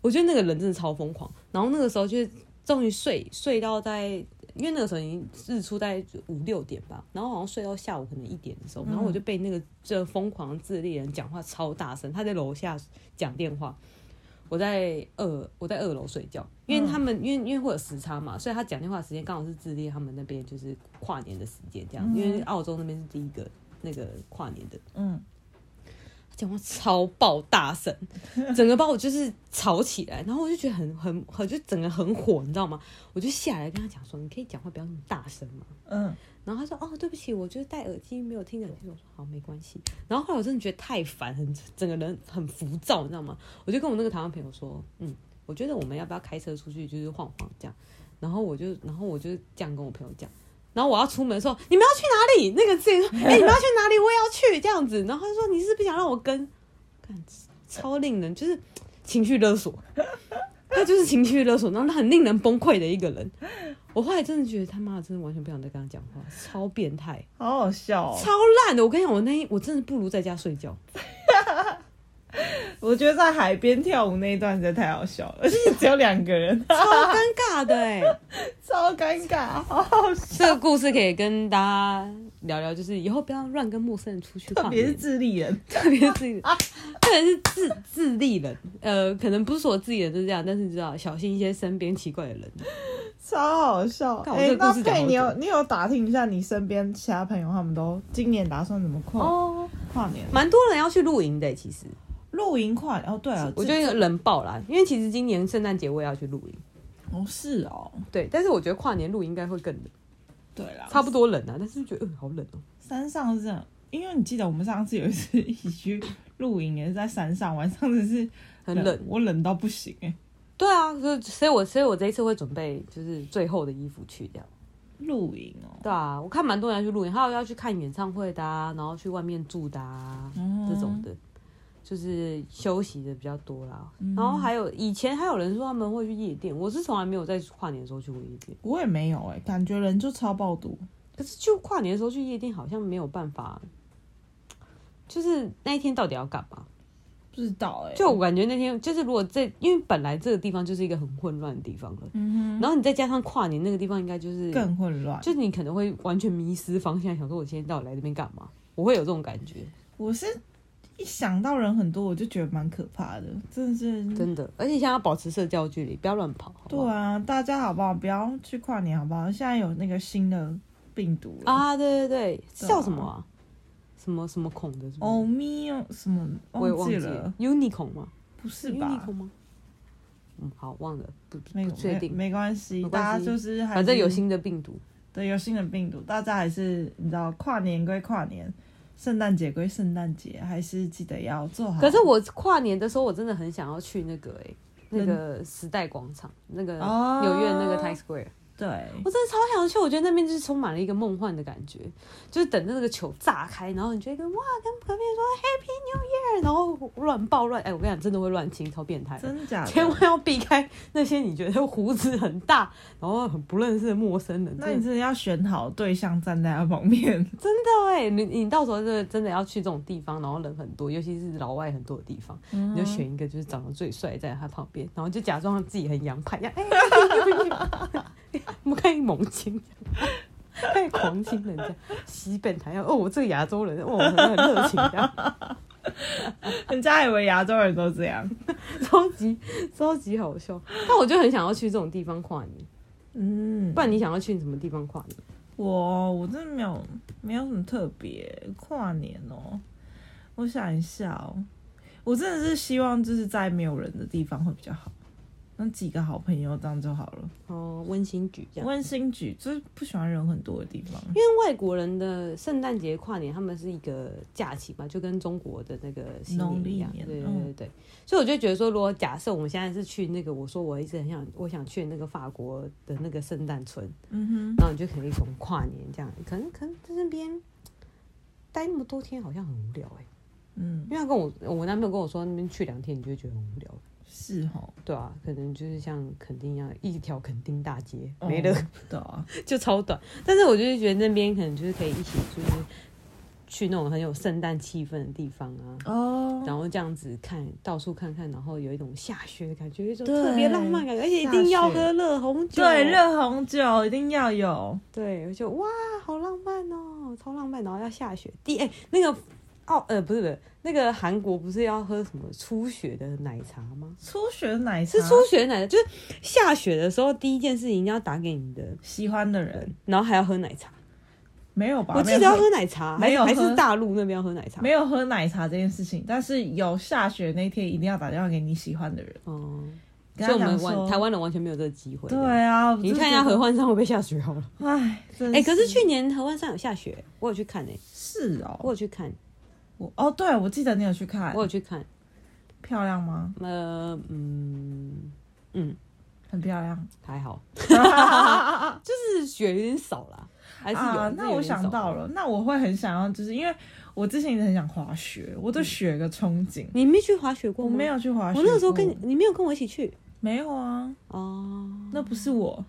Speaker 2: 我觉得那个人真的超疯狂，然后那个时候就是终于睡睡到在，因为那个时候已经日出在五六点吧，然后好像睡到下午可能一点的时候，然后我就被那个这疯狂的智利人讲话超大声，他在楼下讲电话。我在二我在二楼睡觉，因为他们、因为因为会有时差嘛，所以他讲电话的时间刚好是智利他们那边就是跨年的时间这样，因为澳洲那边是第一个那个跨年的，
Speaker 1: 嗯
Speaker 2: 讲话超爆大声，整个把我就是吵起来，然后我就觉得很很很就整个很火，你知道吗？我就下来跟他讲说，你可以讲话不要那么大声嘛。
Speaker 1: 嗯，
Speaker 2: 然后他说：“哦，对不起，我就是戴耳机没有听得很清楚。”我说：“好，没关系。”然后后来我真的觉得太烦，很整个人很浮躁，你知道吗？我就跟我那个台湾朋友说：“嗯，我觉得我们要不要开车出去，就是晃晃这样？”然后我就，然后我就这样跟我朋友讲。然后我要出门的时候，你们要去哪里？那个自己说：“哎、你们要去哪里？我也要去。”这样子。然后他说：“你是不是想让我跟？”看，超令人就是情绪勒索，他就是情绪勒索，然后他很令人崩溃的一个人。我后来真的觉得他妈的，真的完全不想再跟他讲话，超变态，
Speaker 1: 好好笑哦。
Speaker 2: 超烂的。我跟你讲，我那一我真的不如在家睡觉，
Speaker 1: 我觉得在海边跳舞那一段实在太好笑了，而 [laughs] 且只有两个人， [laughs]
Speaker 2: 超尴尬的哎、
Speaker 1: 超尴尬，好好笑。
Speaker 2: 这个故事可以跟大家聊聊，就是以后不要乱跟陌生人出去
Speaker 1: 特
Speaker 2: 晃
Speaker 1: 别是
Speaker 2: 眼，
Speaker 1: 智利人，
Speaker 2: 特别是自己，特别是自自立人，呃，可能不是说自己人都这样，但是你知道小心一些身边奇怪的人。
Speaker 1: 超好笑。
Speaker 2: 干我
Speaker 1: 哎、
Speaker 2: 这个
Speaker 1: 那
Speaker 2: 故事讲好
Speaker 1: 佩，
Speaker 2: 久
Speaker 1: 你有你有打听一下你身边其他朋友他们都今年打算怎么跨、
Speaker 2: 哦，
Speaker 1: 跨年？
Speaker 2: 蛮多人要去露营的、欸其实
Speaker 1: 露营跨年哦，对啊，
Speaker 2: 我
Speaker 1: 这
Speaker 2: 觉得人爆啦，因为其实今年圣诞节我也要去露营，
Speaker 1: 哦是哦，
Speaker 2: 对，但是我觉得跨年露营应该会更冷，
Speaker 1: 对啦，
Speaker 2: 差不多冷啊，但是就觉得嗯、好冷哦、
Speaker 1: 山上是这样，因为你记得我们上次有一次一起去露营，也是在山上，晚上只是
Speaker 2: 很冷。
Speaker 1: 我冷到不行哎、
Speaker 2: 对啊，所以所以我所以我这一次会准备就是最厚的衣服去掉。
Speaker 1: 露营哦，
Speaker 2: 对啊，我看蛮多人要去露营，还有要去看演唱会的、啊，然后去外面住的、啊
Speaker 1: 嗯嗯
Speaker 2: 这种的，就是休息的比较多啦。然后还有以前还有人说他们会去夜店，我是从来没有在跨年的时候去过夜店，
Speaker 1: 我也没有哎、感觉人就超爆多。
Speaker 2: 可是就跨年的时候去夜店好像没有办法，就是那一天到底要干嘛？
Speaker 1: 不知道哎、
Speaker 2: 就我感觉那天就是，如果这因为本来这个地方就是一个很混乱的地方了，
Speaker 1: 嗯
Speaker 2: 然后你再加上跨年那个地方，应该就是
Speaker 1: 哼，更混乱。
Speaker 2: 就是你可能会完全迷失方向，想说我今天到底来这边干嘛？我会有这种感觉，
Speaker 1: 我是一想到人很多，我就觉得蛮可怕的，真的是。
Speaker 2: 真的。而且现在要保持社交距离，不要乱跑，好不
Speaker 1: 对
Speaker 2: 好？
Speaker 1: 啊，大家好不好？不要去跨年好不好？现在有那个新的病毒了，
Speaker 2: 啊，对对对，
Speaker 1: 对啊
Speaker 2: 叫什么啊？什么什么孔的？是不是
Speaker 1: 欧米什么
Speaker 2: 我也
Speaker 1: 忘
Speaker 2: 忘
Speaker 1: 记
Speaker 2: 记
Speaker 1: 了，
Speaker 2: ，unicorn 吗？
Speaker 1: 不是吧？
Speaker 2: unicorn 吗？嗯，好，忘了，不
Speaker 1: 没
Speaker 2: 不
Speaker 1: 有
Speaker 2: 确定，
Speaker 1: 没没关系，
Speaker 2: 没关
Speaker 1: 大家
Speaker 2: 系
Speaker 1: 就是还
Speaker 2: 反正
Speaker 1: 是
Speaker 2: 有新的病毒。
Speaker 1: 对有新的病毒，大家还是你知道，跨年归跨年，圣诞节归圣诞节，还是记得要做好。
Speaker 2: 可是我跨年的时候，我真的很想要去那个哎、那个时代广场，那个
Speaker 1: 哦
Speaker 2: 纽约的那个 Times Square，、
Speaker 1: 对，
Speaker 2: 我真的超想去。我觉得那边就是充满了一个梦幻的感觉，就是等着那个球炸开，然后你就一个哇，跟旁边说 Happy New Year，然后乱爆乱，哎、我跟你讲，真的会乱亲，超变态的。
Speaker 1: 真假
Speaker 2: 千
Speaker 1: 的？
Speaker 2: 万要避开那些你觉得胡子很大，然后很不认识的陌生人。
Speaker 1: 那你
Speaker 2: 真的
Speaker 1: 真的要选好对象站在他旁边， [laughs]
Speaker 2: 真的哎、你你到时候真的真的要去这种地方，然后人很多，尤其是老外很多的地方，你就选一个就是长得最帅在他旁边，然后就假装自己很洋派，这 [laughs] 样哎，我们可以猛亲，可以狂亲人家，西本台要哦，我这个亚洲人哦，很很热情，这样 [laughs]
Speaker 1: 人家以为亚洲人都这样。
Speaker 2: 超级超级好笑。但我就很想要去这种地方跨年，
Speaker 1: 嗯
Speaker 2: 不，然你想要去什么地方跨年？
Speaker 1: 我我真的没有没有什么特别跨年哦。我想一下哦，我真的是希望就是在没有人的地方会比较好，那几个好朋友这样就好了。
Speaker 2: 哦，温馨举这样。
Speaker 1: 温馨局就是不喜欢人很多的地方。
Speaker 2: 因为外国人的圣诞节、跨年，他们是一个假期嘛，就跟中国的那个新年一样
Speaker 1: 农历。年
Speaker 2: 对对
Speaker 1: 嗯
Speaker 2: 对对，所以我就觉得说，如果假设我们现在是去那个，我说我一直很想，我想去那个法国的那个圣诞村，
Speaker 1: 嗯
Speaker 2: 然后你就可以从跨年这样，可能可能在那边待那么多天好像很无聊哎、
Speaker 1: 哼，嗯
Speaker 2: 因，为他跟我我男朋友跟我说，那边去两天你就会觉得很无聊，
Speaker 1: 是哦吼，
Speaker 2: 对啊，可能就是像垦丁一样，一条垦丁大街
Speaker 1: 哦
Speaker 2: 没了。
Speaker 1: 对啊，
Speaker 2: 就超短。但是我就是觉得那边可能就是可以一起就是去那种很有圣诞气氛的地方啊，
Speaker 1: 哦，
Speaker 2: 然后这样子看到处看看，然后有一种下雪的感觉，有一种
Speaker 1: 对
Speaker 2: 特别浪漫的感觉，而且一定要喝热红酒，
Speaker 1: 对，热红酒一定要有，
Speaker 2: 对，我就哇，好浪漫哦，超浪漫，然后要下雪，第哎、那个。哦，呃，不是不是，那个韩国不是要喝什么初雪的奶茶吗？
Speaker 1: 初雪奶茶
Speaker 2: 是初雪的奶茶，就是下雪的时候，第一件事情一定要打给你的
Speaker 1: 喜欢的人
Speaker 2: 人，然后还要喝奶茶。
Speaker 1: 没有吧？
Speaker 2: 我记得
Speaker 1: 没有
Speaker 2: 要
Speaker 1: 喝
Speaker 2: 喝奶茶，还
Speaker 1: 没有
Speaker 2: 还是
Speaker 1: 喝
Speaker 2: 大陆那边要喝奶茶。
Speaker 1: 没有喝奶茶这件事情，但是有下雪那天一定要打电话给你喜欢的人，
Speaker 2: 哦，
Speaker 1: 跟
Speaker 2: 所以
Speaker 1: 他讲
Speaker 2: 我们完
Speaker 1: 说
Speaker 2: 台湾人完全没有这个机会。
Speaker 1: 对，啊，
Speaker 2: 你看一下合
Speaker 1: 何，
Speaker 2: 欢山会不会下雪好了？
Speaker 1: 哎，真
Speaker 2: [laughs] 哎、可 [laughs] 是去年合欢山有下雪，我有去看哎、
Speaker 1: 是
Speaker 2: 我
Speaker 1: 哦，
Speaker 2: 有去看，
Speaker 1: 我哦，对，我记得你有去看
Speaker 2: 我，有去看，
Speaker 1: 漂亮吗？
Speaker 2: 呃，嗯嗯，
Speaker 1: 很漂亮
Speaker 2: [laughs] 还好，
Speaker 1: [laughs] 啊！
Speaker 2: 就是雪有点少啦，还是有。但
Speaker 1: 那
Speaker 2: 有
Speaker 1: 我
Speaker 2: 点
Speaker 1: 想
Speaker 2: 少
Speaker 1: 到了，那我会很想要，就是因为我之前一直很想滑雪，我对雪有个憧憬，
Speaker 2: 你没去滑雪过
Speaker 1: 我
Speaker 2: 吗？
Speaker 1: 没，有去滑雪
Speaker 2: 嗯
Speaker 1: 过，
Speaker 2: 我那个时候跟你，你没有跟我一起去
Speaker 1: 没有啊，
Speaker 2: 哦。
Speaker 1: 那不是我。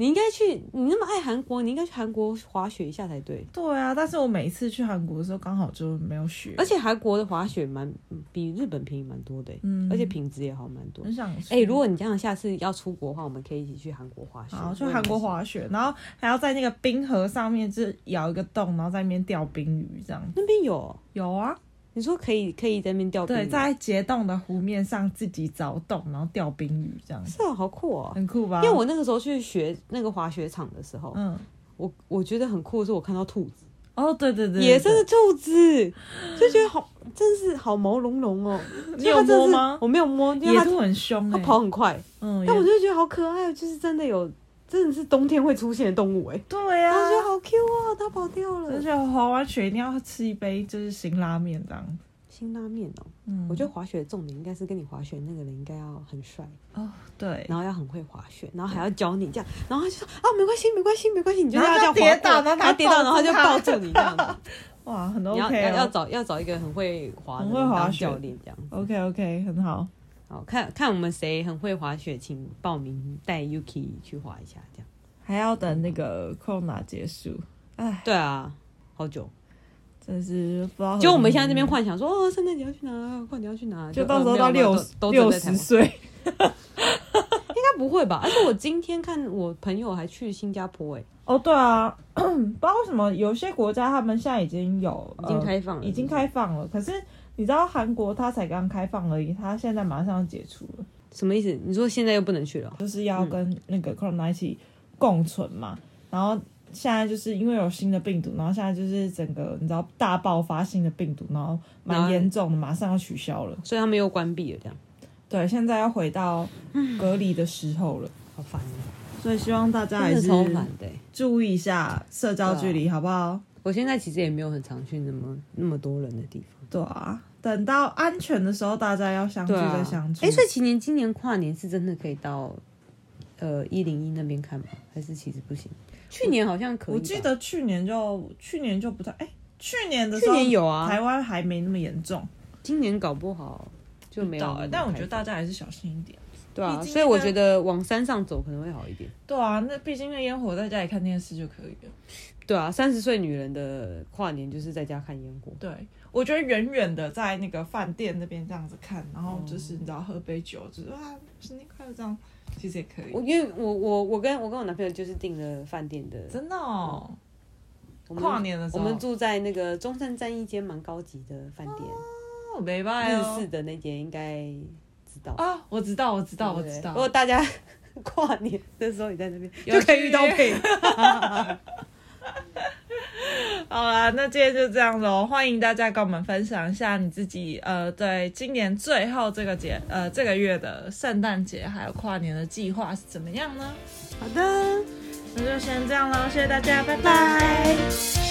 Speaker 2: 你应该去，你那么爱韩国，你应该去韩国滑雪一下才对。
Speaker 1: 对啊，但是我每次去韩国的时候刚好就没有雪，
Speaker 2: 而且韩国的滑雪蛮嗯比日本便宜蛮多的、欸，
Speaker 1: 嗯
Speaker 2: 而且品质也好蛮多。
Speaker 1: 很想去
Speaker 2: 哎、如果你这样下次要出国的话，我们可以一起去韩国滑雪。
Speaker 1: 好，去
Speaker 2: 我也
Speaker 1: 韩国
Speaker 2: 蛮喜欢
Speaker 1: 滑雪，然后还要在那个冰河上面就是咬一个洞，然后在那边钓冰鱼这样。
Speaker 2: 那边有，
Speaker 1: 有啊，
Speaker 2: 你说可以可以在那边钓
Speaker 1: 对，
Speaker 2: 冰吗
Speaker 1: 在结冻的湖面上自己凿洞，然后钓冰鱼这样，
Speaker 2: 是啊，好酷哦、
Speaker 1: 很酷吧？
Speaker 2: 因为我那个时候去学那个滑雪场的时候，
Speaker 1: 嗯，
Speaker 2: 我我觉得很酷的是，我看到兔子，
Speaker 1: 哦，对对对，
Speaker 2: 野生的
Speaker 1: 对
Speaker 2: 兔子，就觉得好，真是好毛茸茸哦、
Speaker 1: [laughs] 你
Speaker 2: 就它
Speaker 1: 有
Speaker 2: 真的
Speaker 1: 摸
Speaker 2: 是
Speaker 1: 吗
Speaker 2: 我没有摸，因
Speaker 1: 对
Speaker 2: 为
Speaker 1: 野
Speaker 2: 它
Speaker 1: 兔很凶
Speaker 2: 它
Speaker 1: 哎、
Speaker 2: 跑很快，
Speaker 1: 嗯，
Speaker 2: 但我
Speaker 1: 野
Speaker 2: 就觉得好可爱，就是真的有，真的是冬天会出现的动物哎、欸，
Speaker 1: 对
Speaker 2: 然后
Speaker 1: 啊
Speaker 2: 我觉，得好 Q 哦、它跑掉
Speaker 1: 而
Speaker 2: 了。
Speaker 1: 且滑完雪一定要吃一杯就是辛拉面这样。
Speaker 2: 辛拉面哦、
Speaker 1: 嗯，
Speaker 2: 我觉得滑雪的重点应该是跟你滑雪那个人应该要很帅，
Speaker 1: 哦对，
Speaker 2: 然后要很会滑雪，然后还要教你这样，然后他就说啊没关系没关系没关系，你就
Speaker 1: 然后
Speaker 2: 要这样
Speaker 1: 就
Speaker 2: 滑
Speaker 1: 跌倒然后他
Speaker 2: 他跌倒，
Speaker 1: 抱
Speaker 2: 然后
Speaker 1: 住
Speaker 2: 就
Speaker 1: 他
Speaker 2: 抱住你这样子。
Speaker 1: [laughs] 哇，很
Speaker 2: 你
Speaker 1: OK
Speaker 2: 要、
Speaker 1: 哦
Speaker 2: 要要找要找一个很会滑的
Speaker 1: 很
Speaker 2: 人
Speaker 1: 会滑
Speaker 2: 当
Speaker 1: 雪
Speaker 2: 教练这样。
Speaker 1: OK OK 很好，
Speaker 2: 好看看我们谁很会滑雪，请报名带 Yuki 去滑一下这样。
Speaker 1: 还要等那个 Corona 结束，哎，
Speaker 2: 对啊，好久。
Speaker 1: 真是不知道。
Speaker 2: 就我们现在这边幻想说，哦，圣诞节要去哪？快点要去哪？
Speaker 1: 嗯就到时候到
Speaker 2: 呃没
Speaker 1: 六
Speaker 2: 有没有都都
Speaker 1: 六
Speaker 2: 正在台
Speaker 1: 十
Speaker 2: 湾
Speaker 1: 岁，
Speaker 2: 应该不会吧？而且我今天看我朋友还去新加坡、欸，哎，
Speaker 1: 哦，对啊， [clears throat] 不知道为什么有些国家他们现在已经有
Speaker 2: 已经、
Speaker 1: 呃
Speaker 2: 开放了，
Speaker 1: 已经开放了，可是你知道韩国它才刚开放而已，它现在马上要解除了，
Speaker 2: 什么意思？你说现在又不能去了？
Speaker 1: 就是要跟那个 Corona 一起共存嘛，然后。现在就是因为有新的病毒，然后现在就是整个你知道大爆发新的病毒，然后蛮严重的，马上要取消了。
Speaker 2: 所以他们又关闭了，这样
Speaker 1: 对，现在要回到隔离的时候了，
Speaker 2: 好烦、哦，
Speaker 1: 所以希望大家
Speaker 2: 真
Speaker 1: 还
Speaker 2: 的
Speaker 1: 是
Speaker 2: 超烦啊的、欸。
Speaker 1: 注意一下社交距离，好不好？
Speaker 2: 我现在其实也没有很常去那么那么多人的地方。
Speaker 1: 对啊，等到安全的时候，大家要相聚
Speaker 2: 对啊
Speaker 1: 再相，聚。
Speaker 2: 哎、所以今年今年跨年是真的可以到呃一零一那边看吗？还是其实不行？去年好像可以吧，
Speaker 1: 我记得去年就去年就不太哎、去年的时
Speaker 2: 去
Speaker 1: 候
Speaker 2: 年有啊，
Speaker 1: 台湾还没那么严重，
Speaker 2: 今年搞不好就没有
Speaker 1: 到
Speaker 2: 那么开放。
Speaker 1: 但我觉得大家还是小心一点。
Speaker 2: 对啊，
Speaker 1: 毕竟
Speaker 2: 所以我
Speaker 1: 那个
Speaker 2: 觉得往山上走可能会好一点。
Speaker 1: 对啊，那毕竟那烟火在家里看电视就可以了。
Speaker 2: 对啊，三十岁女人的跨年就是在家看烟火。
Speaker 1: 对，我觉得远远的在那个饭店那边这样子看，然后就是你知道喝杯酒，就是啊新年快乐这样，其实也可以
Speaker 2: 我。因为我我我跟我跟我男朋友就是订了饭店的，
Speaker 1: 真的哦，
Speaker 2: 我们
Speaker 1: 跨年的时
Speaker 2: 我
Speaker 1: 候
Speaker 2: 们住在那个中山站一间蛮高级的饭店，
Speaker 1: 哦，没办
Speaker 2: 日
Speaker 1: 哦
Speaker 2: 式的那间应该知道。
Speaker 1: 啊，我知道，我知道，我
Speaker 2: 对不对
Speaker 1: 知
Speaker 2: 如果
Speaker 1: 道。
Speaker 2: 大家 [laughs] 跨年的时候你在那边，
Speaker 1: 有
Speaker 2: 就可以遇到
Speaker 1: 去
Speaker 2: 配。 [laughs]
Speaker 1: 好啦，那今天就这样喽。欢迎大家跟我们分享一下你自己呃，对今年最后这个节呃这个月的圣诞节还有跨年的计划是怎么样呢？
Speaker 2: 好的，
Speaker 1: 那就先这样喽，谢谢大家，拜拜
Speaker 2: 拜。